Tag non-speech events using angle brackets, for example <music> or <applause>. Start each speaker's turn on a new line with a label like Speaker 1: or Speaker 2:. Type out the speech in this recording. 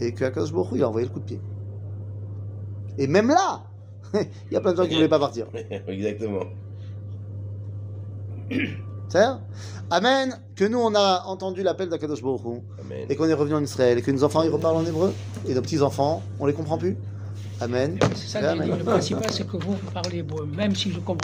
Speaker 1: et que Akadosh Baruch Hu, il a envoyé le coup de pied. Et même là, <laughs> il y a plein de gens qui ne voulaient pas partir.
Speaker 2: Exactement.
Speaker 1: C'est ça Amen. Que nous, on a entendu l'appel d'Akadosh Baruch Hu,
Speaker 2: Amen.
Speaker 1: et qu'on est revenu en Israël, et que nos enfants, ils reparlent en hébreu, et nos petits-enfants, on les comprend plus. Amen.
Speaker 3: C'est ça, le, le principal, c'est que vous parlez hébreu, même si je comprends